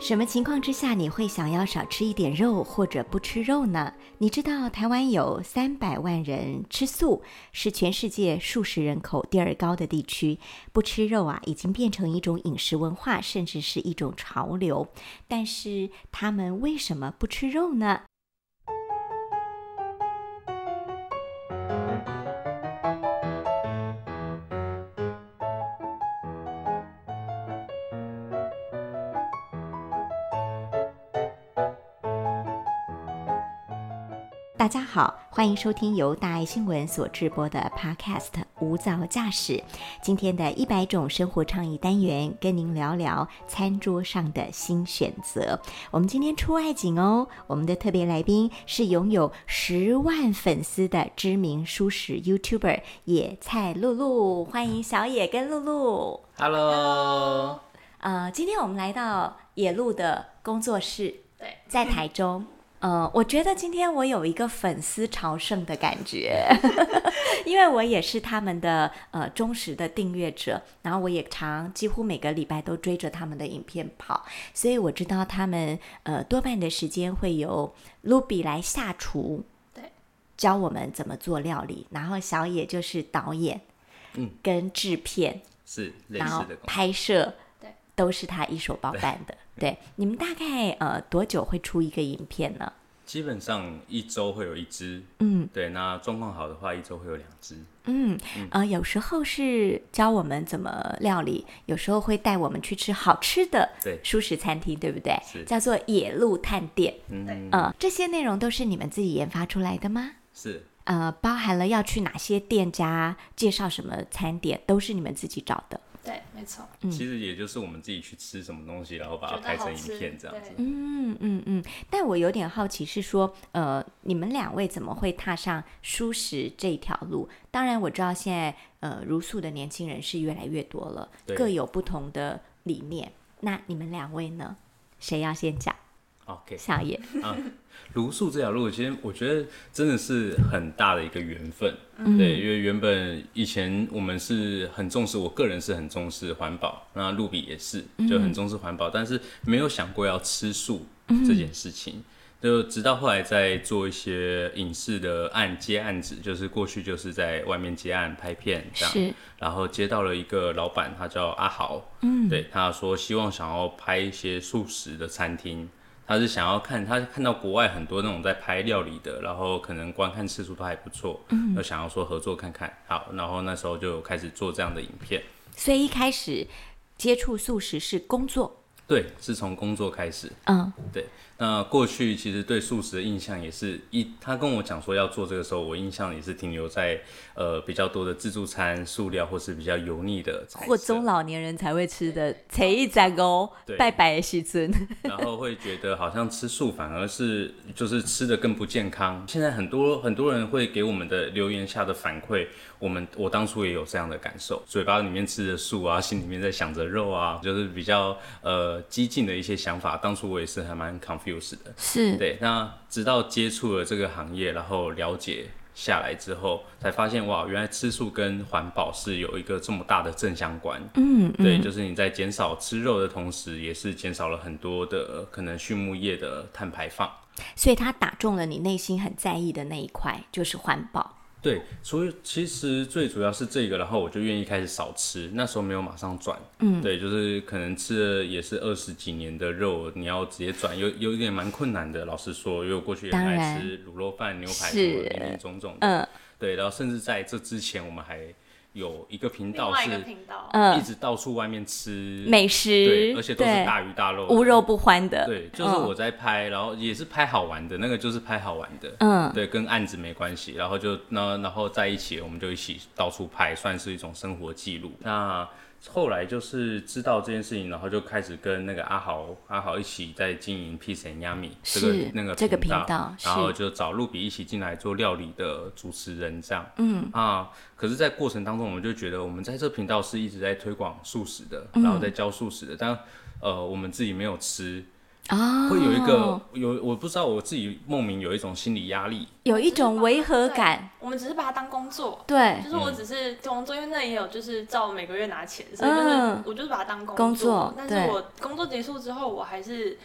什么情况之下你会想要少吃一点肉或者不吃肉呢？你知道台湾有三百万人吃素，是全世界素食人口第二高的地区。不吃肉啊，已经变成一种饮食文化，甚至是一种潮流。但是他们为什么不吃肉呢？大家好，欢迎收听由大爱新闻所制播的 Podcast《无噪驾驶》。今天的一百种生活倡议单元，跟您聊聊餐桌上的新选择。我们今天出外景哦，我们的特别来宾是拥有十万粉丝的知名舒食 YouTuber 野菜露露，欢迎小野跟露露。 Hello，呃，今天我们来到野露的工作室，对，在台中。呃，我觉得今天我有一个粉丝朝圣的感觉， 因为我也是他们的呃忠实的订阅者，然后我也常几乎每个礼拜都追着他们的影片跑，所以我知道他们呃多半的时间会由 Ruby 来下厨，对，教我们怎么做料理，然后小野就是导演，嗯，跟制片，是类然似后的工作，拍摄，对，都是他一手包办的。对，你们大概呃多久会出一个影片呢？基本上一周会有一只，嗯，对，那状况好的话，一周会有两只，嗯，呃，有时候是教我们怎么料理，有时候会带我们去吃好吃的对，舒适餐厅，对不对？是叫做野路探店。嗯，呃，这些内容都是你们自己研发出来的吗？是呃，包含了要去哪些店家介绍什么餐点，都是你们自己找的。对，没错，其实也就是我们自己去吃什么东西，然后把它觉得拍成好影吃片这样子对。嗯嗯嗯。但我有点好奇是说，呃，你们两位怎么会踏上舒适这条路？当然，我知道现在呃，茹素的年轻人是越来越多了，对各有不同的理念。那你们两位呢？谁要先讲？ OK，小 野，卢素这条路，其实我觉得真的是很大的一个缘分。对，因为原本以前我们是很重视，我个人是很重视环保，那露比也是就很重视环保，但是没有想过要吃素这件事情。就直到后来在做一些影视的案接案子，就是过去就是在外面接案拍片这样，是然后接到了一个老板，他叫阿豪，嗯，对，他说希望想要拍一些素食的餐厅，他是想要看他看到国外很多那种在拍料理的，然后可能观看次数都还不错，嗯，就想要说合作看看，好，然后那时候就开始做这样的影片，所以一开始接触素食是工作，对，是从工作开始，嗯，对，那过去其实对素食的印象也是一，他跟我讲说要做这个时候，我印象也是停留在呃比较多的自助餐、塑料或是比较油腻的菜或色中老年人才会吃的，才一展哦，对拜拜的时尊。然后会觉得好像吃素反而是就是吃的更不健康。现在很多很多人会给我们的留言下的反馈，我们我当初也有这样的感受，嘴巴里面吃着素啊，心里面在想着肉啊，就是比较呃激进的一些想法。当初我也是还蛮 confused 的，是，对，那直到接触了这个行业，然后了解下来之后，才发现哇，原来吃素跟环保是有一个这么大的正相关。嗯，对，就是你在减少吃肉的同时，也是减少了很多的呃可能畜牧业的碳排放。所以他打中了你内心很在意的那一块，就是环保。对，所以其实最主要是这个，然后我就愿意开始少吃。那时候没有马上转，嗯，对，就是可能吃了也是二十几年的肉，你要直接转，有有一点蛮困难的。老实说，因为我过去也很当爱然吃卤肉饭、牛排，是什么林林总总的，嗯，对。然后甚至在这之前，我们还有一个频另道外一个是频道，呃一直到处外面吃嗯美食，对，而且都是大鱼大肉，无肉不欢的。嗯对，就是我在拍，然后也是拍好玩的，那个就是拍好玩的，嗯，对，跟案子没关系。然后就那然后在一起，我们就一起到处拍，算是一种生活记录。那后来就是知道这件事情，然后就开始跟那个阿豪阿豪一起在经营 Peace and Yummy 这个是那个这个频道，道是然后就找露比一起进来做料理的主持人这样。嗯啊，可是，在过程当中，我们就觉得我们在这频道是一直在推广素食的，嗯然后在教素食的，但呃，我们自己没有吃，哦，会有一个有我不知道我自己莫名有一种心理压力，有一种违和感，我们只是把它当工作，对就是我只是工作，因为那也有就是照每个月拿钱，所以就是嗯我就是把它当工工作但是对我工作结束之后，我还是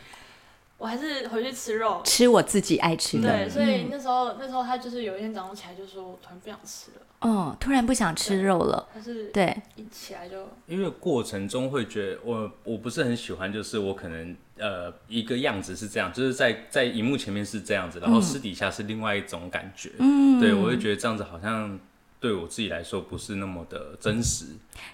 我还是回去吃肉。吃嗯我自己爱吃的，对，所以那时候那时候他就是有一天早上起来就说，我突然不想吃了，哦，突然不想吃肉了，但是对，一起来就因为过程中会觉得我我不是很喜欢，就是我可能呃一个样子是这样，就是在在荧幕前面是这样子，然后私底下是另外一种感觉。嗯，对我会觉得这样子好像对我自己来说不是那么的真实。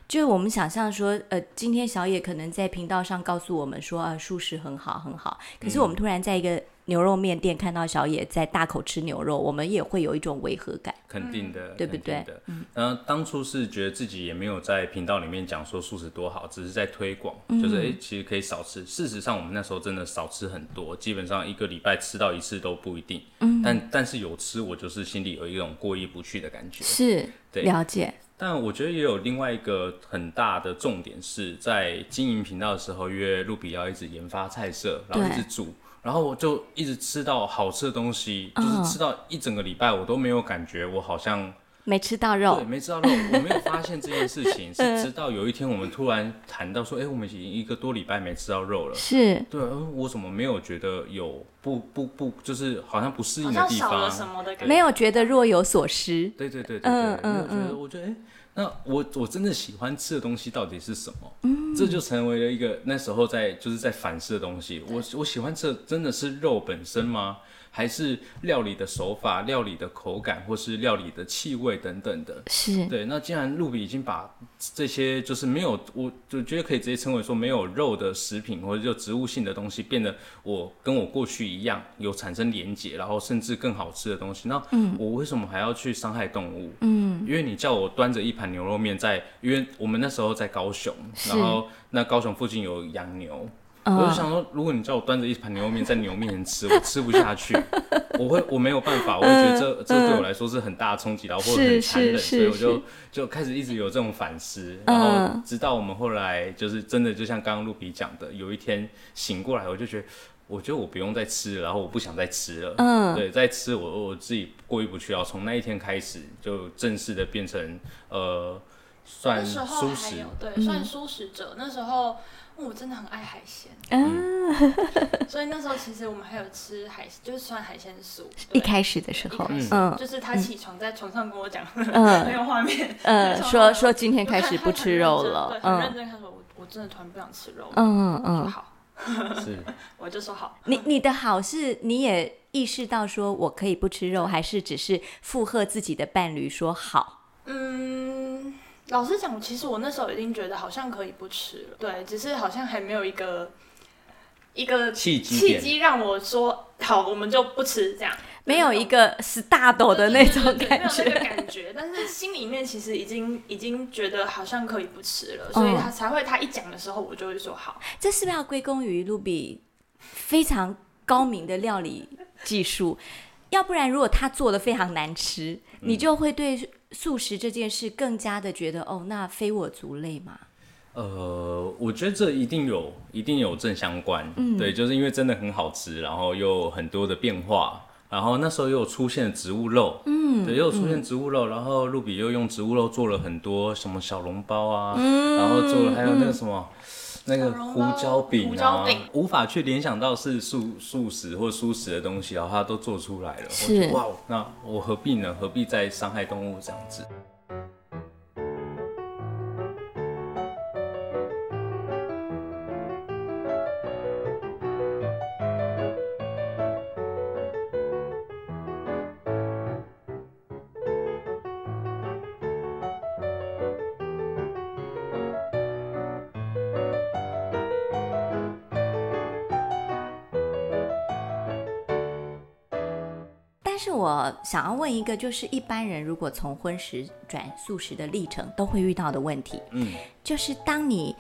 就我们想象说，呃，今天小野可能在频道上告诉我们说，啊，素食很好很好，可嗯是我们突然在一个牛肉面店看到小野在大口吃牛肉，我们也会有一种违和感。肯定的，嗯对不对肯定的。然后当初是觉得自己也没有在频道里面讲说素食多好，只是在推广，嗯就是哎、诶其实可以少吃。事实上，我们那时候真的少吃很多，基本上一个礼拜吃到一次都不一定。嗯，但但是有吃，我就是心里有一种过意不去的感觉。是，对了解，但我觉得也有另外一个很大的重点是在经营频道的时候，因为路比要一直研发菜色，然后一对直煮，然后我就一直吃到好吃的东西，就嗯是吃到一整个礼拜我都没有感觉，我好像没吃到对肉，没吃到肉，我没有发现这件事 情，是直到有一天我们突然谈到说，哎、我们已经一个多礼拜没吃到肉了。是对，呃我怎么没有觉得有不不不，就是好像不适好应的像地少了什方？么的感觉。没有觉得若有所失。对对对对对，嗯没有嗯觉得，我觉得，哎、那我我真的喜欢吃的东西到底是什么？嗯，这就成为了一个那时候在就是在反思的东西。我我喜欢吃的真的是肉本身吗？还是料理的手法、料理的口感，或是料理的气味等等的？是，对，那既然露比已经把这些就是没有，我就觉得可以直接称为说没有肉的食品或者就植物性的东西，变得我跟我过去一样有产生连结，然后甚至更好吃的东西，那我为什么还要去伤害动物？嗯，因为你叫我端着一盘牛肉面在，因为我们那时候在高雄，然后那高雄附近有养牛。嗯我就想说，如果你叫我端着一盘牛肉面在牛面前吃，我吃不 下去，我会我没有办法，我会觉得这、这对我来说是很大的冲击，然后或嗯者是很残忍，是所以我是嗯就就开始一直有这种反思，然后直到我们后来就是真的，就像刚刚露比讲的，有一天醒过来，我就觉得，我觉得我不用再吃了，然后我不想再吃了，嗯，对，再吃我我自己过意不去，然后从那一天开始就正式的变成呃，算那时候素还食有，嗯对，算素食者。那时候嗯我真的很爱海鲜，啊所以那时候其实我们还有吃海，就是算海鲜素。一对开始的时一候，开始嗯就是他起床在床上跟我讲，嗯很有画面，呃， 那时候说他说今天开始不吃肉我了看，他很认嗯真对，很认真看说，我我真的突然不想吃肉了。嗯我说嗯，好，是我就说好。你你的好是你也意识到说我可以不吃肉，还是只是附和自己的伴侣说好？嗯，老实讲，其实我那时候已经觉得好像可以不吃了，对，只是好像还没有一个一 个契机契点机让我说好，我们就不吃这样，没有一个 start 的那种感对对对 没有那觉，个感觉。但是心里面其实已经已经觉得好像可以不嗯吃了，所以他才会他一讲的时候，我就会说好。这是不是要归功于露比非常高明的料理技术？要不然，如果他做的非常难吃，嗯你就会对素食这件事更加的觉得哦，那非我族类嘛。呃，我觉得这一定有，一定有正相关。嗯对，就是因为真的很好吃，然后又有很多的变化，然后那时候又有出现植物肉，嗯，对，又有出现植物肉，嗯然后露比又用植物肉做了很多什么小笼包啊，嗯然后做了还有那个什么。那个小笼胡嗯包椒饼胡啊椒饼，无法去联想到是素素食或素食的东西，然后它都做出来了，我是觉得哇，那我何必呢？何必再伤害动物这样子？但是我想要问一个，就是一般人如果从荤食转素食的历程，都会遇到的问题，嗯，就是当你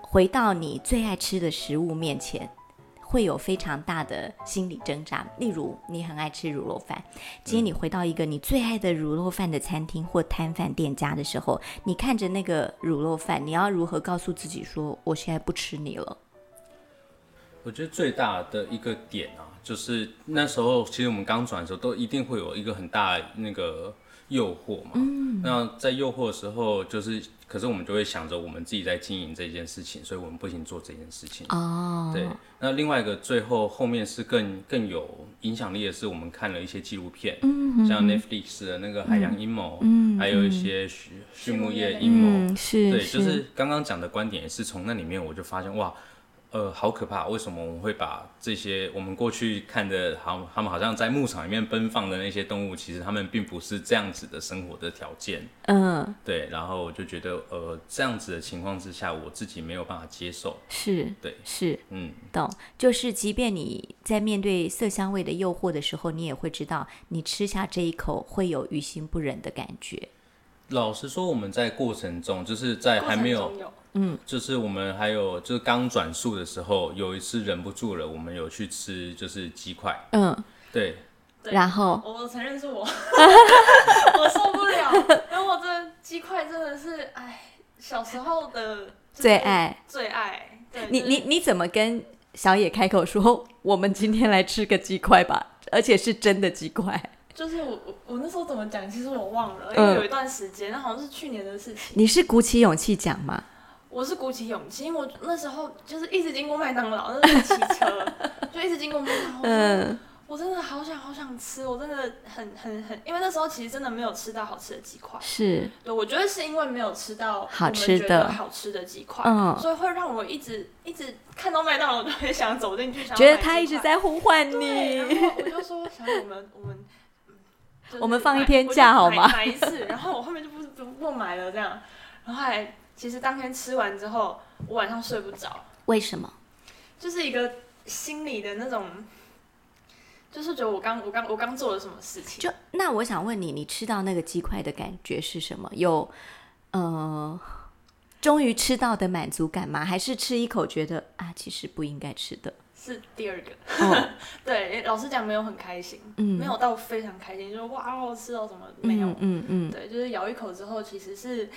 回到你最爱吃的食物面前，会有非常大的心理挣扎。例如，你很爱吃卤肉饭，今天你回到一个你最爱的卤肉饭的餐厅或摊贩店家的时候，你看着那个卤肉饭，你要如何告诉自己说，我现在不吃你了？我觉得最大的一个点啊，就是那时候其实我们刚转的时候，都一定会有一个很大的那个诱惑嘛。嗯。那在诱惑的时候，就是可是我们就会想着我们自己在经营这件事情，所以我们不行做这件事情。哦，对，那另外一个最后后面是更更有影响力的是，我们看了一些纪录片，像 Netflix 的那个《海洋阴谋》，嗯，还有一些畜畜牧业阴谋，嗯，是，对，就是刚刚讲的观点也是从那里面我就发现哇，呃，好可怕！为什么我们会把这些我们过去看的，好，他们好像在牧场里面奔放的那些动物，其实他们并不是这样子的生活的条件。嗯，对，然后我就觉得，呃，这样子的情况之下，我自己没有办法接受。是，对是，嗯，懂，就是即便你在面对色香味的诱惑的时候，你也会知道，你吃下这一口会有于心不忍的感觉。老实说，我们在过程中，就是在还没有过程中有就是我们还有就是刚转述的时候，有一次忍不住了，我们有去吃就是鸡块，嗯，对，对然后我承认 是我，我受不了。然后我这鸡块真的是，哎，小时候的就是最爱，最爱。对，你就是你你怎么跟小野开口说，我们今天来吃个鸡块吧，而且是真的鸡块？就是我我我那时候怎么讲，其实我忘了，嗯因为有一段时间，那好像是去年的事情。你是鼓起勇气讲吗？我是鼓起勇气，因为我那时候就是一直经过麦当劳，那时候骑车就一直经过麦当劳。我说嗯我真的好想好想吃，我真的很很很，因为那时候其实真的没有吃到好吃的鸡块。是，对，呃我觉得是因为没有吃到好我们吃觉的得好吃的鸡块，嗯所以会让我一直一直看到麦当劳就 会想走进去，想要觉得买他一鸡直块在呼唤对，你。然后我就说，想我们我们。就 是我们放一买天我就假好买吗买一次， 然后我后面就不不不买了这样，然后后来其实当天吃完之后，我晚上睡不着，为什么？就是一个心里的那种，就是觉得我刚我刚我刚做了什么事情，就那我想问你，你吃到那个鸡块的感觉是什么？有，呃，终于吃到的满足感吗？还是吃一口觉得啊，其实不应该吃的？是第二个， 哦，对，老实讲没有很开心，嗯没有到非常开心，就是哇好好吃哦什么没有，嗯嗯嗯对，就是咬一口之后其实是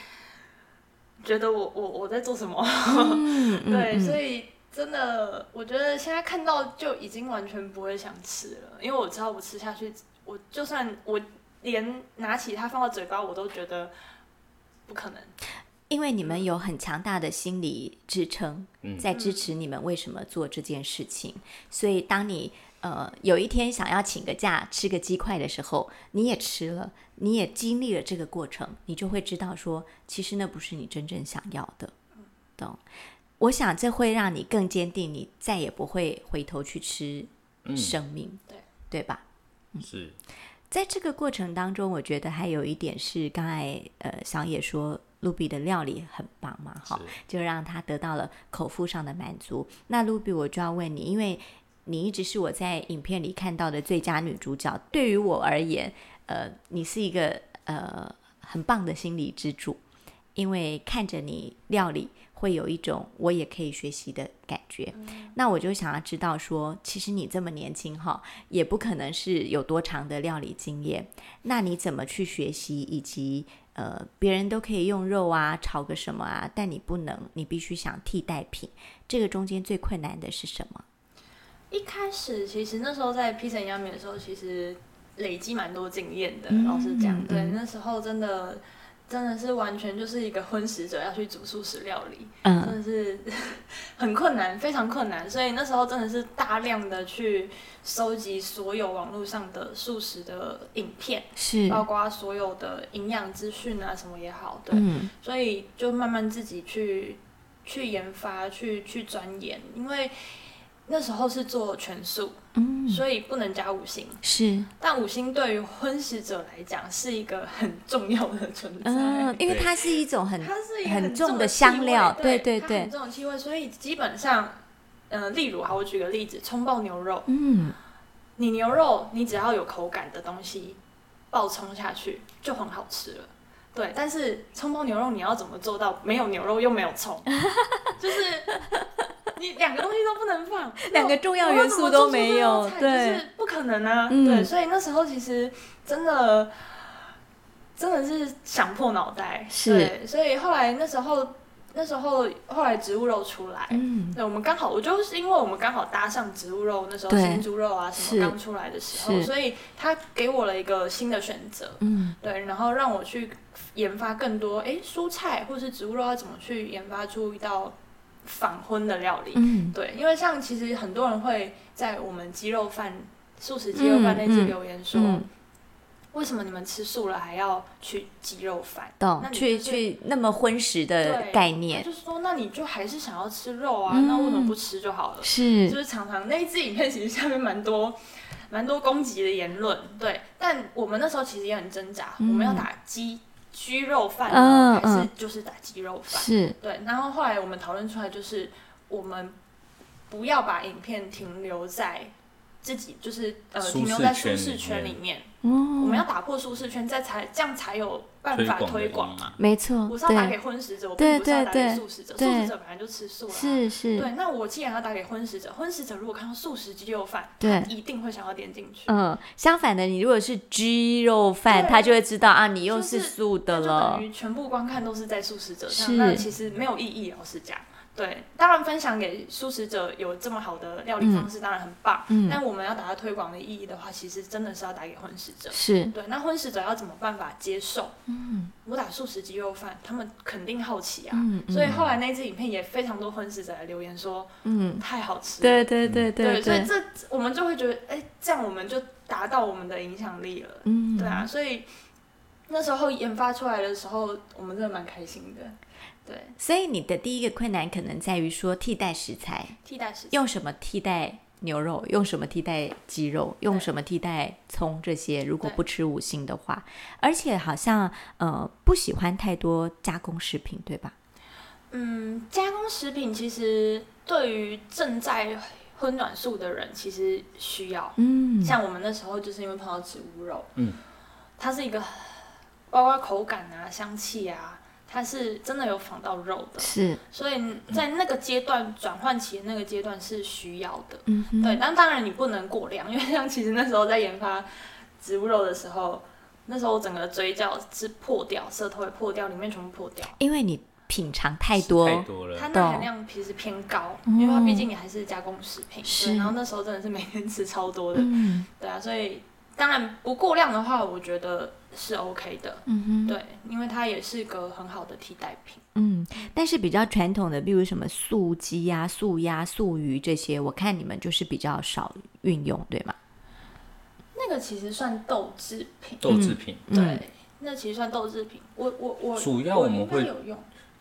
觉得我我我在做什么， 嗯，嗯对，所以以真的，我觉得现在看到就已经完全不会想吃了，因为我知道我吃下去，我就算我连拿起它放到嘴巴，我都觉得不可能。因为你们有很强大的心理支撑，嗯在支持你们为什么做这件事情，所以当你呃有一天想要请个假吃个鸡块的时候，你也吃了，你也经历了这个过程，你就会知道说，其实那不是你真正想要的，懂？我想这会让你更坚定，你再也不会回头去吃生命，对对吧？是，在这个过程当中，我觉得还有一点是刚才呃小野说露比的料理很棒嘛，哈是，就让他得到了口腹上的满足。那露比，我就要问你，因为你一直是我在影片里看到的最佳女主角，对于我而言，呃，你是一个呃很棒的心理支柱，因为看着你料理，会有一种我也可以学习的感觉。那我就想要知道说，其实你这么年轻哈，也不可能是有多长的料理经验，那你怎么去学习，以及呃，别人都可以用肉啊，炒个什么啊，但你不能，你必须想替代品。这个中间最困难的是什么？一开始其实那时候在 P 城央米的时候，其实累积蛮多经验的。老实讲，对，那时候真的真的是完全就是一个荤食者要去煮素食料理，嗯真的是很困难，非常困难。所以那时候真的是大量的去收集所有网络上的素食的影片，是包括所有的营养资讯啊什么也好，对，嗯所以就慢慢自己去去研发、去去钻研，因为那时候是做全素，嗯，所以不能加五星。是但五星对于荤食者来讲是一个很重要的存在，嗯，因为对它是一种很它是一个很重重的气香味料，对对它对很，重的气呃啊味。所以基本上，嗯、例如好，我举个例子，葱爆牛肉，嗯你牛肉你只要有口感的东西爆冲下去就很好吃了。对，但是葱爆牛肉你要怎么做到没有牛肉又没有葱？ 就是你两个东西都不能放， 两个重要元素都没有我要怎么做出这道，菜就对是，不可能啊。嗯对，所以那时候其实真的真的是想破脑袋，是对，所以后来那时候那时候后来植物肉出来，嗯，对，我们刚好，我就是因为我们刚好搭上植物肉，那时候对新猪肉啊什是么刚出来的时候，是所以他给我了一个新的选择，嗯，对，然后让我去研发更多，诶，蔬菜或是植物肉要怎么去研发出一道仿荤的料理，嗯，对，因为像其实很多人会在我们鸡肉饭、素食鸡肉饭嗯那些嗯留言说，嗯，为什么你们吃素了还要去鸡肉饭？那懂，你去就是去那么荤食的对概他念就是说，那你就还是想要吃肉啊，嗯，那为什么不吃就好了？就是是常常那一支影片其实下面蛮多蛮多攻击的言论，对。但我们那时候其实也很挣扎，嗯我们要打鸡鸡肉饭嗯呢，还是嗯就是打鸡肉饭？是，对。然后后来我们讨论出来，就是我们不要把影片停留在自己，就是呃舒适停留在舒圈适里圈里面面，我哦们要打破舒适圈，再才这样才有办法推推广广的嘛。没错我是，要打给对，荤食者，我对并不是要打对给对素食者。素对食者本来就吃素啦，啊是是，对，那我既然要打给荤食者，荤食者如果看到素食鸡肉饭，对他一定会想要点进去，嗯，相反的，你如果是鸡肉饭，他对就会知道啊，你又就是是素的那就了等，于全部观看都是在素食者是上，那其实没有意义，哦老实讲。对，当然分享给素食者有这么好的料理方式，当然很棒。嗯但我们要达到推广的意义的话，其实真的是要打给荤食者。是，对，那荤食者要怎么办法接受？嗯我打素食鸡肉饭，他们肯定好奇啊。嗯所以嗯后来那支影片也非常多荤食者来留言说嗯，太好吃了，对对对对所以对，这我们就会觉得，哎、这样我们就达到我们的影响力了。嗯，对啊，所以那时候研发出来的时候，我们真的蛮开心的。对，所以你的第一个困难可能在于说替代食材，替代食材，用什么替代牛肉，用什么替代鸡肉，用什么替代葱这些，如果对不吃五星的话，而且好像呃不喜欢太多加工食品，对吧？嗯，加工食品其实对于正在荤暖素的人，其实需要。嗯，像我们那时候就是因为碰到植物肉，嗯，它是一个包括口感啊、香气啊，它是真的有仿到肉的，是，所以在那个阶段转换期的那个阶段是需要的。嗯哼，对，但当然你不能过量，因为像其实那时候在研发植物肉的时候，那时候我整个嘴角是破掉，舌头也破掉，里面全部破掉。因为你品尝太吃多，太多了它，钠懂含量其实偏高，哦嗯因为它毕竟也还是加工食品。是对，然后那时候真的是每天吃超多的，嗯对啊，所以当然不过量的话，我觉得是 OK 的。嗯哼，对，因为它也是个很好的替代品。嗯，但是比较传统的，比如什么素鸡呀、素鸭、素鱼这些，我看你们就是比较少运用，对吗？那个其实算豆制品，豆制品嗯对，那其实算豆制品。我我我主要我我们应该会有用。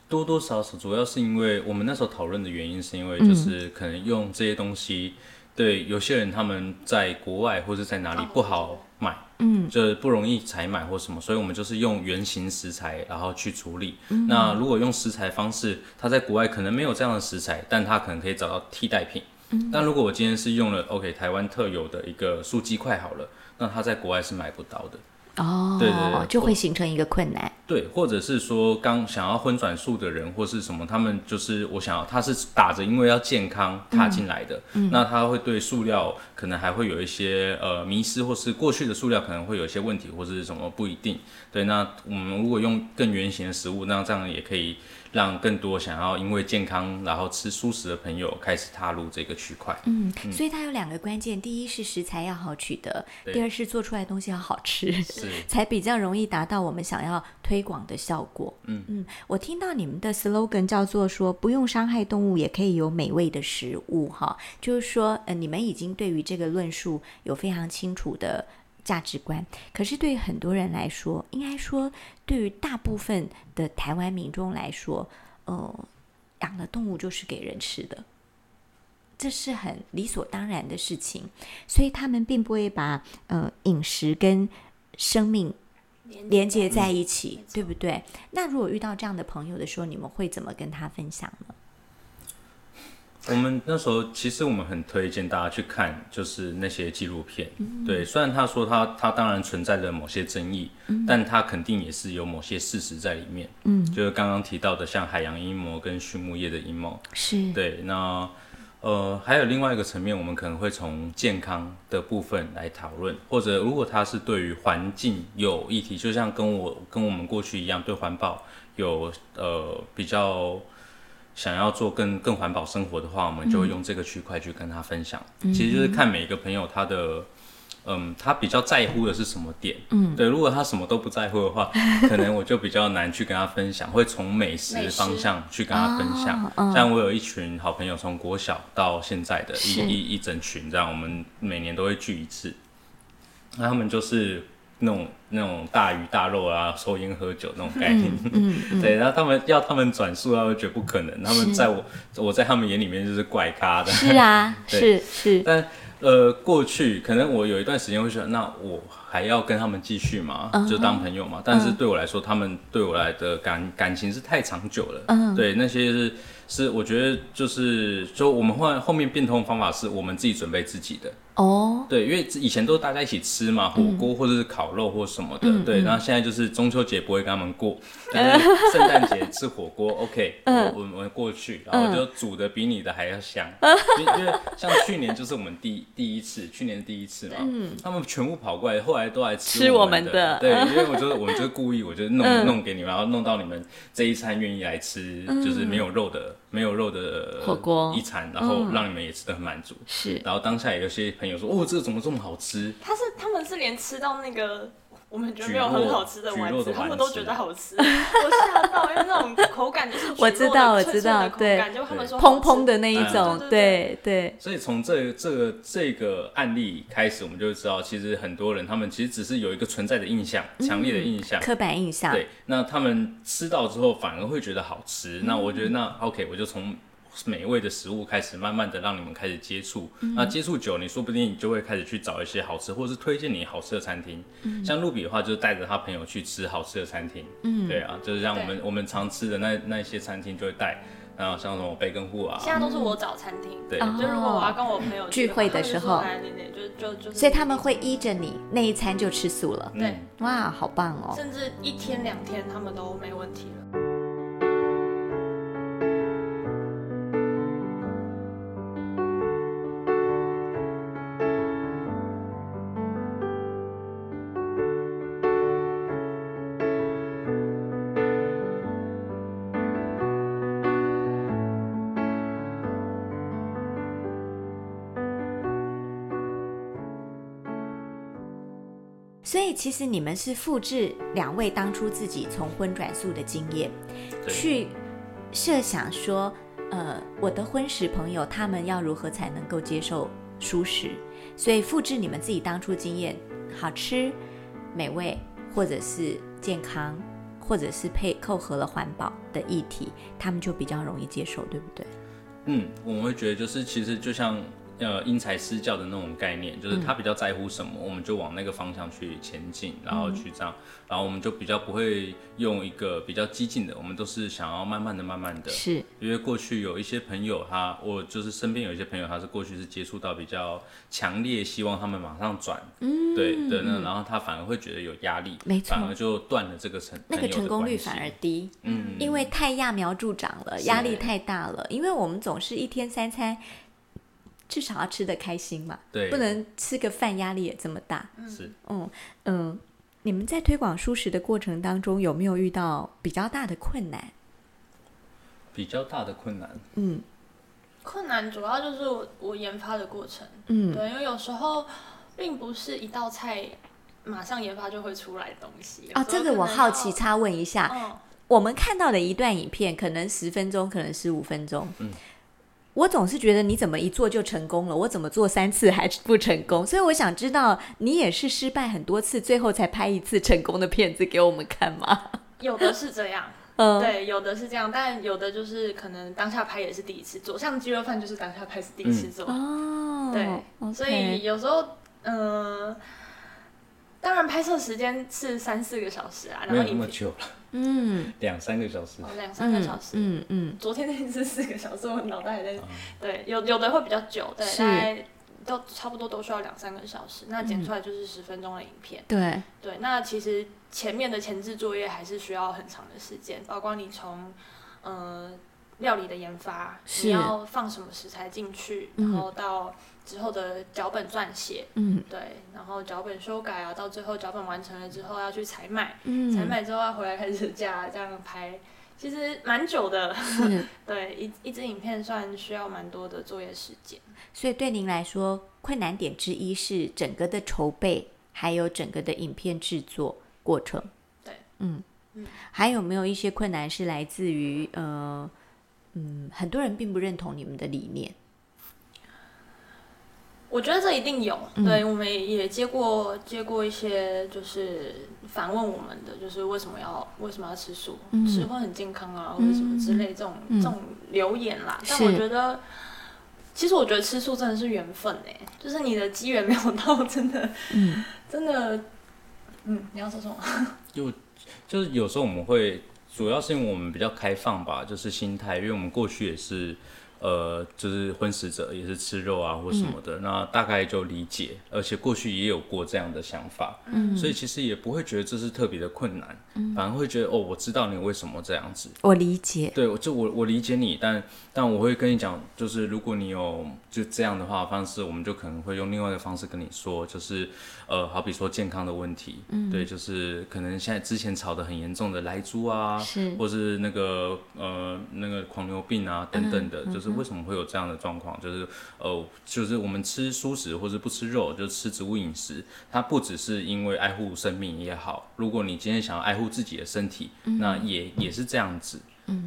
多多少少，主要是因为我们那时候讨论的原因，是因为嗯就是可能用这些东西，对有些人他们在国外或是在哪里哦不好买，嗯，就是不容易采买或什么，所以我们就是用原型食材然后去处理。嗯那如果用食材方式，它在国外可能没有这样的食材，但它可能可以找到替代品。嗯但如果我今天是用了 OK 台湾特有的一个素鸡块好了，那它在国外是买不到的。哦，对对对就会形成一个困难。对，或者是说刚想要荤转素的人或是什么，他们就是我想要他是打着因为要健康踏进来的，那他会对塑料可能还会有一些呃迷失，或是过去的塑料可能会有一些问题，或是什么不一定。对，那我们如果用更原型的食物，那这样也可以让更多想要因为健康然后吃素食的朋友开始踏入这个区块。嗯，所以它有两个关键，第一是食材要好取得，对第二是做出来的东西要好吃。是，才比较容易达到我们想要推广的效果。嗯我听到你们的 slogan 叫做说不用伤害动物也可以有美味的食物哈，就是说呃你们已经对于这个论述有非常清楚的。价值观，可是对于很多人来说，应该说对于大部分的台湾民众来说，呃，养了动物就是给人吃的，这是很理所当然的事情，所以他们并不会把呃饮食跟生命连连接在一起没，错对不对？那如果遇到这样的朋友的时候，你们会怎么跟他分享呢？我们那时候其实我们很推荐大家去看，就是那些纪录片。对，虽然他说他他当然存在着某些争议，但他肯定也是有某些事实在里面。嗯，就是刚刚提到的，像海洋阴谋跟畜牧业的阴谋。是，对，那呃，还有另外一个层面，我们可能会从健康的部分来讨论，或者如果它是对于环境有议题，就像跟我跟我们过去一样，对环保有呃比较想要做更更环保生活的话，我们就会用这个区块去跟他分享。其实就是看每一个朋友他的。嗯，他比较在乎的是什么点？嗯，对，如果他什么都不在乎的话，可能我就比较难去跟他分享，会从美食美食方向去跟他分享。哦嗯像我有一群好朋友，从国小到现在的一是一一整群，这样我们每年都会聚一次。那他们就是那种那种大鱼大肉啊，抽烟喝酒那种概念。嗯 对，然后他们要他们转述，他们觉得不可能。他是们在我我在他们眼里面就是怪咖的。是啊，是对是，但呃，过去可能我有一段时间会觉得，那我还要跟他们继续吗？就当朋友嘛。但是对我来说，他们对我来的感感情是太长久了。嗯，对，那些是是，我觉得就是就我们后来后面变通的方法是我们自己准备自己的。哦，对，因为以前都是大家一起吃嘛，火锅嗯或者是烤肉或什么的，对。然后现在就是中秋节不会跟他们过，但是圣诞节吃火锅，OK，我嗯我我过去，然后就煮的比你的还 要香，因因为像去年就是我们第第一次，去年第一次嘛，他们全部跑过来，后来都来嗯吃吃我们们的 嗯对，因为我就是我们就是故意，我就弄弄给你们，然后弄到你们这一餐愿意来吃，就是没有肉的没有肉的嗯火锅嗯一餐，然后让你们也吃的很满足，是然后当下也有些朋友说：“哦，这个怎么这么好吃他是他们是连吃到那个我们觉得没有菊落很好吃的丸菊落子，的丸子他们都觉得好吃， 我吓到，因为那种口感就是我知道我知道对对，结果他们说砰砰的那一嗯种，对对对，？”所以从这个这个这个案例开始，我们就知道，其实很多人他们其实只是有一个存在的印象，强烈的印象。刻板印象，对，那他们吃到之后反而会觉得好吃。那我觉得那 OK，我就从美味的食物开始，慢慢的让你们开始接触。那接触久，你说不定你就会开始去找一些好吃，或者是推荐你好吃的餐厅。像露比的话，就是带着他朋友去吃好吃的餐厅。嗯，对啊，就是像我们我们常吃的那那些餐厅就会带，然后像什么贝根户啊，现在都是我找餐厅，对，哦就如果我要跟我朋友去聚会的时候他们就说来哎你你就就就是，所以他们会依着你那一餐就吃素了，对，嗯哇，好棒哦！甚至一天两天他们都没问题了。所以其实你们是复制两位当初自己从荤转素的经验，对去设想说，呃，我的荤食朋友他们要如何才能够接受素食？所以复制你们自己当初经验，好吃、美味，或者是健康，或者是配扣合了环保的议题，他们就比较容易接受，对不对？嗯，我们会觉得就是其实就像呃因材施教的那种概念，嗯就是他比较在乎什么，我们就往那个方向去前进，然后嗯去这样，然后我们就比较不会用一个比较激进的，我们都是想要慢慢的、慢慢的，是，因为过去有一些朋友他，我就是身边有一些朋友，他是过去是接触到比较强烈，希望他们马上转，嗯，对对，那然后他反而会觉得有压力，没错反而就断了这个成那个成功率反而低，嗯，因为太揠苗助长了，是压力太大了。因为我们总是一天三餐，至少要吃得开心嘛，对不能吃个饭压力也这么大。而是嗯，你们在推广素食的过程当中，有没有遇到比较大的困难？比较大的困难，嗯困难主要就是我我研发的过程，嗯，对，因为有时候并不是一道菜马上研发就会出来的东西。哦，这个我好奇，嗯插问一下，我们看到的一段影片，可能十分钟，可能十五分钟。嗯我总是觉得你怎么一做就成功了，我怎么做三次还是不成功？所以我想知道，你也是失败很多次，最后才拍一次成功的片子给我们看吗？有的是这样，嗯， 对，有的是这样，但有的就是可能当下拍也是第一次做，像鸡肉饭就是当下拍是第一嗯次做，哦，对 o k 所以有时候，呃嗯、当然拍摄时间是三四个小时啊，然啊没后有那影么片久了，嗯两三个小时哦，两三个嗯小时。嗯嗯，昨天那一次四个小时，我脑袋还哦在。对，有有的会比较久，对，是大概都差不多都需要两三个小时。那嗯剪出来就是十分钟的影片。对，对，那其实前面的前置作业还是需要很长的时间，包括你从呃料理的研发，是你要放什么食材进去，嗯然后到之后的脚本撰写，嗯对，然后脚本修改啊，到最后脚本完成了之后要去采买，采嗯，买之后要回来开始架这样拍。其实蛮久的，是。 对一一支影片算需要蛮多的作业时间。所以对您来说，困难点之一是整个的筹备，还有整个的影片制作过程。对，嗯嗯还有没有一些困难是来自于呃，嗯，很多人并不认同你们的理念。我觉得这一定有，嗯对我们也接过接过一些就是反问我们的，就是为什么要为什么要吃素，嗯吃会很健康啊，或嗯者什么之类这种、嗯这种留言啦。但是我觉得，其实我觉得吃素真的是缘分哎、就是你的机缘没有到，真的嗯真的，嗯，你要说什 么？就是有时候我们会，主要是因为我们比较开放吧，就是心态，因为我们过去也是，呃，就是荤食者，也是吃肉啊或什么的，那大概就理解，而且过去也有过这样的想法，嗯，所以其实也不会觉得这是特别的困难，反而会觉得哦，我知道你为什么这样子，我理解。对，我就我我理解你，但但我会跟你讲，就是如果你有就这样的话方式，我们就可能会用另外的方式跟你说，就是呃，好比说健康的问题，嗯，对，就是可能现在之前吵得很严重的莱猪啊，是或是那个呃那个狂牛病啊嗯等等的，就是为什么会有这样的状况？就是呃，就是我们吃素食或是不吃肉，就吃植物饮食，它不只是因为爱护生命也好，如果你今天想要爱护自己的身体，那也也是这样子。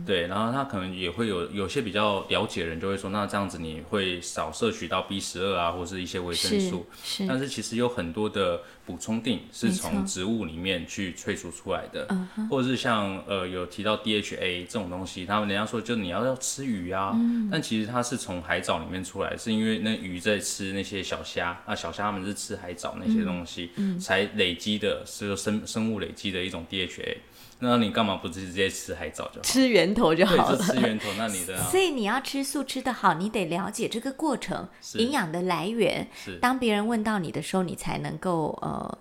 对，然后他可能也会有有些比较了解的人就会说，那这样子你会少摄取到 B 十二啊，或是一些维生是素。是，但是其实有很多的补充锭是嗯没错嗯从植物里面去萃取出来的，或者是像呃有提到 DHA 这种东西，他们人家说就你要要吃鱼啊，嗯但其实它是从海藻里面出来，是因为那鱼在吃那些小虾，那小虾它们是吃海藻那些东西，嗯才累积的，是生生物累积的一种 DHA。那你干嘛不直接吃海藻就好？吃源头就 好对，了就。吃源头，那你的啊、所以你要吃素吃得好，你得了解这个过程，是营养的来源。是当别人问到你的时候，你才能够呃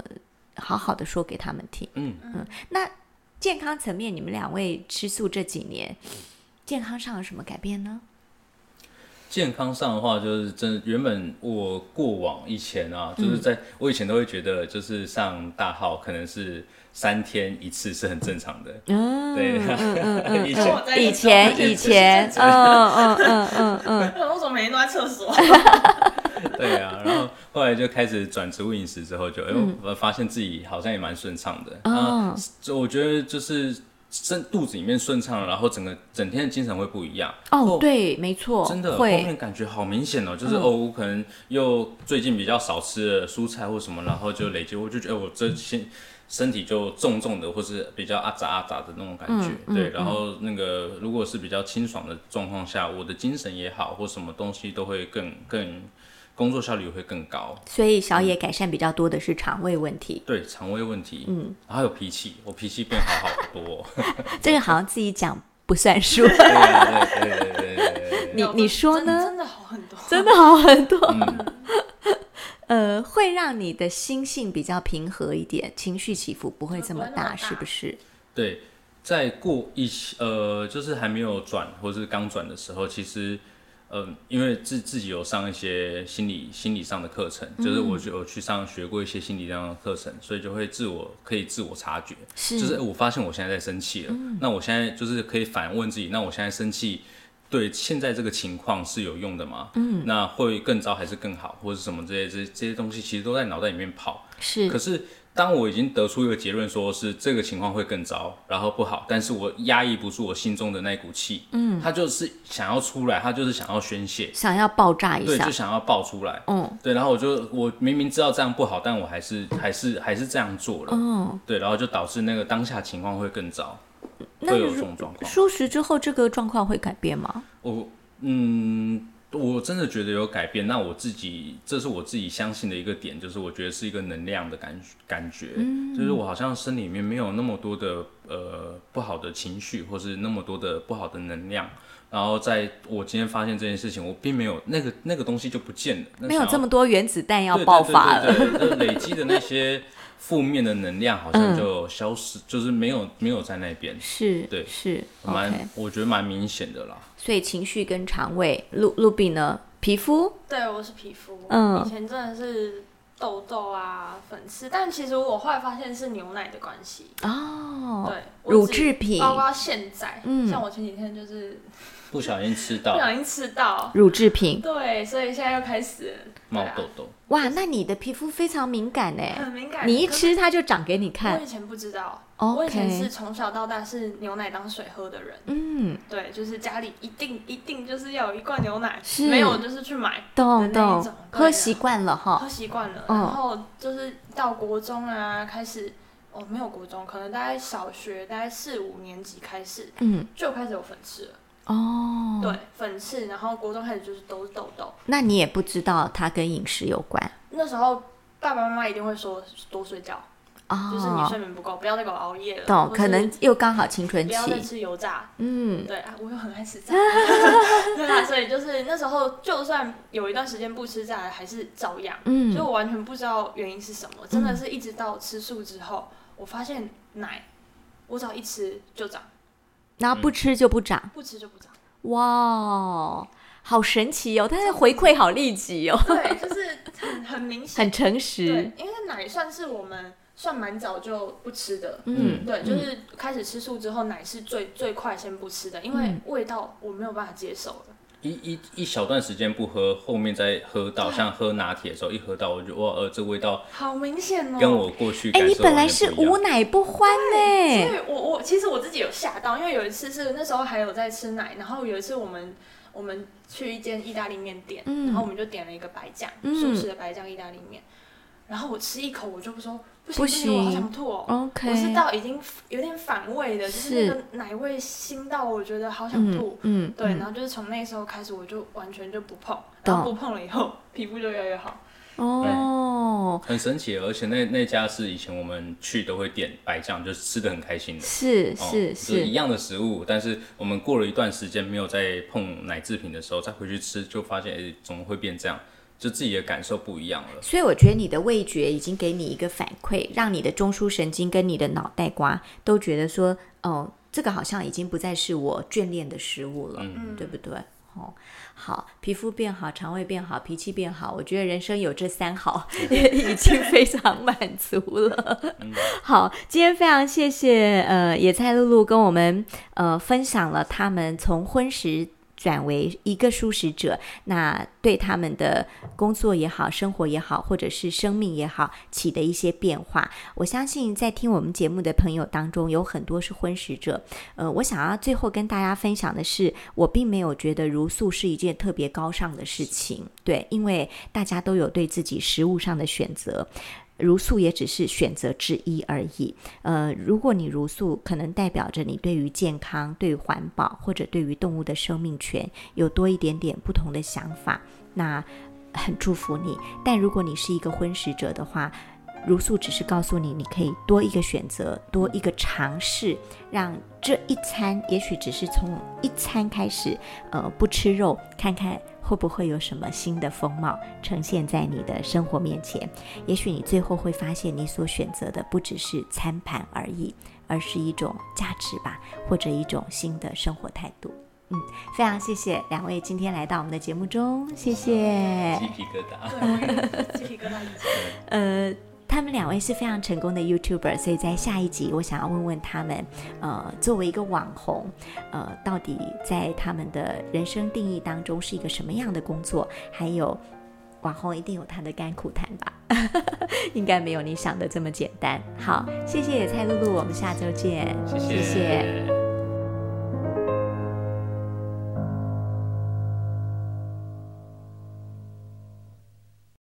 好好的说给他们听。嗯嗯，那健康层面，你们两位吃素这几年，健康上有什么改变呢？健康上的话，就是真的原本我过往以前啊，嗯就是在、我以前都会觉得，就是上大号可能是三天一次是很正常的。嗯，对， 以前我在以前以前，嗯嗯嗯嗯嗯，我怎么每天都在厕所？哎对啊，然后后来就开始转植物饮食之后就，哎呦、嗯我发现自己好像也蛮顺畅的。哦啊，就我觉得就是身肚子里面顺畅了，然后整个整天的精神会不一样。哦，对，没错，真的后会嗯面感觉好明显哦，就是、哦，我可能又最近比较少吃了蔬菜或什么，然后就累积，我就觉得哎我这身身体就重重的，或是比较阿杂阿杂的那种感觉，嗯对。嗯然后那个如果是比较清爽的状况下，我的精神也好，或什么东西都会更更工作效率会更高。所以小野改善比较多的是肠胃问题，对肠胃问题，嗯，还有脾气，我脾气变好好多哦、这个好像自己讲不算数，对啊，对对对对对对对。 你你说真的呢？真的好很多，真的好很多，嗯 呃，会让你的心性比较平和一点，情绪起伏不会这么大，就不会那么大是不是？对，在过一些呃，就是还没有转或是刚转的时候，其实，嗯、因为自自己有上一些心理心理上的课程，就是我就有去上学过一些心理上的课程，所以就会自我可以自我察觉，是就是诶我发现我现在在生气了，那我现在就是可以反问自己，那我现在生气。对现在这个情况是有用的吗？嗯，那会更糟还是更好，或者什么之类这这些东西，其实都在脑袋里面跑。是可是当我已经得出一个结论，说是这个情况会更糟，然后不好，但是我压抑不住我心中的那股气，嗯，他就是想要出来，他就是想要宣泄，想要爆炸一对，下就，想要爆出来，嗯，对，然后我就我明明知道这样不好，但我还是还是还是这样做了，哦，对，然后就导致那个当下情况会更糟，那会有如这种状况。素食之后这个状况会改变吗？我嗯，我真的觉得有改变。那我自己，这是我自己相信的一个嗯点，就是我觉得是一个能量的感感觉，就是我好像身体里面没有那么多的呃不好的情绪，或是那么多的不好的能量。然后在我今天发现这件事情，我并没有那个那个东西就不见了，那没有想要这么多原子弹要爆发了。对对对对对累积的那些负面的能量好像就消失，就是没有没有在那边，嗯是，对是蛮、 ，OK。我觉得蛮明显的啦。所以情绪跟肠胃，露露比呢，皮肤，对，我是皮肤，嗯以前真的是痘痘啊、粉刺，但其实我后来发现是牛奶的关系，哦，对，我乳自制己品，包括现在，嗯像我前几天就是不小心吃不到小心吃到，乳制品。对，所以现在又开始冒对啊痘痘，哇，那你的皮肤非常敏感哎，啊很敏感，你一可吃它就长给你我看以。前不知道 OK 我以前是从小到大是牛奶当水喝的人，嗯，对，就是家里一定一定就是要有一罐牛奶，是没有就是去买，懂的那一懂种，对喝啊习惯了哈。喝习惯了，嗯然后就是到国中啊开始，哦没有国中，可能大概小学大概四五年级开始嗯，就开始有粉刺了，哦，对，粉刺，然后国中开始就是都是痘痘，那你也不知道它跟饮食有关那时候爸爸妈妈一定会说多睡觉，就是你哦，睡眠不够，不要再给我熬夜了，懂，或可是能又刚好青春不期，要再吃油炸，嗯，对啊，我又很爱吃 炸， 对啊，所以就是那时候，就算有一段时间不吃炸的，还是照样。嗯所以我完全不知道原因是什么，真的是一直到吃素之后，我发现奶，我只要一吃就长，然嗯后不吃就不长，不吃 就不长。哇，好神奇哦！但是回馈好立即哦，对，就是很很明显很。诚对实，，因为奶算是我们算蛮早就不吃的。嗯，对，就是开始吃素之后，奶是最最快先不吃的，因嗯为味道我没有办法接受了。一一一小段时间不喝，后面再喝到，啊对像喝拿铁的时候，一喝到我就哇，呃，这味道好明显哦！跟我过去哎，感你受本来完是全不一样无奶不欢呢，对，我我其实我自己有吓到，因为有一次是那时候还有在吃奶，然后有一次我们我们去一间意大利面店，嗯然后我们就点了一个白酱，嗯素食的白酱意大利面，然后我吃一口我就说不行不不行我好想吐哦。 ，OK，我是到已经有点反胃的，就是是那个奶味腥到我觉得好想嗯吐。嗯，对，嗯然后就是从那时候开始，我就完全就不碰，懂然后不碰了以后，皮肤就越来越好。哦，很神奇，而且那那家是以前我们去都会点白酱，就是吃的很开心的。是哦是就是一是，样的食物，但是我们过了一段时间没有再碰奶制品的时候，再回去吃就发现，哎、怎么会变这样？就自己的感受不一样了。所以我觉得你的味觉已经给你一个反馈，让你的中枢神经跟你的脑袋瓜都觉得说，哦，这个好像已经不再是我眷恋的食物了，嗯，对不对？哦，好，皮肤变好，肠胃变好，脾气变好，我觉得人生有这三好也 已经非常满足了。嗯好，今天非常谢谢呃野菜露露跟我们呃分享了他们从荤食。转为一个素食者，那对他们的工作也好、生活也好，或者是生命也好，起的一些变化。我相信在听我们节目的朋友当中，有很多是荤食者，呃，我想要最后跟大家分享的是，我并没有觉得茹素是一件特别高尚的事情，对，因为大家都有对自己食物上的选择。茹素也只是选择之一而已。呃，如果你茹素，可能代表着你对于健康、对于环保或者对于动物的生命权有多一点点不同的想法，那很祝福你。但如果你是一个荤食者的话，茹素只是告诉你，你可以多一个选择，多一个尝试，让这一餐也许只是从一餐开始，呃，不吃肉，看看会不会有什么新的风貌呈现在你的生活面前。也许你最后会发现，你所选择的不只是餐盘而已，而是一种价值吧，或者一种新的生活态度。嗯，非常谢谢两位今天来到我们的节目中，谢谢鸡。皮疙瘩。对，我 也鸡皮疙瘩起来。呃，他们两位是非常成功的 YouTuber，所以在下一集我想要问问他们，呃，作为一个网红，呃，到底在他们的人生定义当中是一个什么样的工作？还有，网红一定有他的甘苦谈吧？ 应该没有你想的这么简单。好，谢谢野菜露露，我们下周见，谢谢谢谢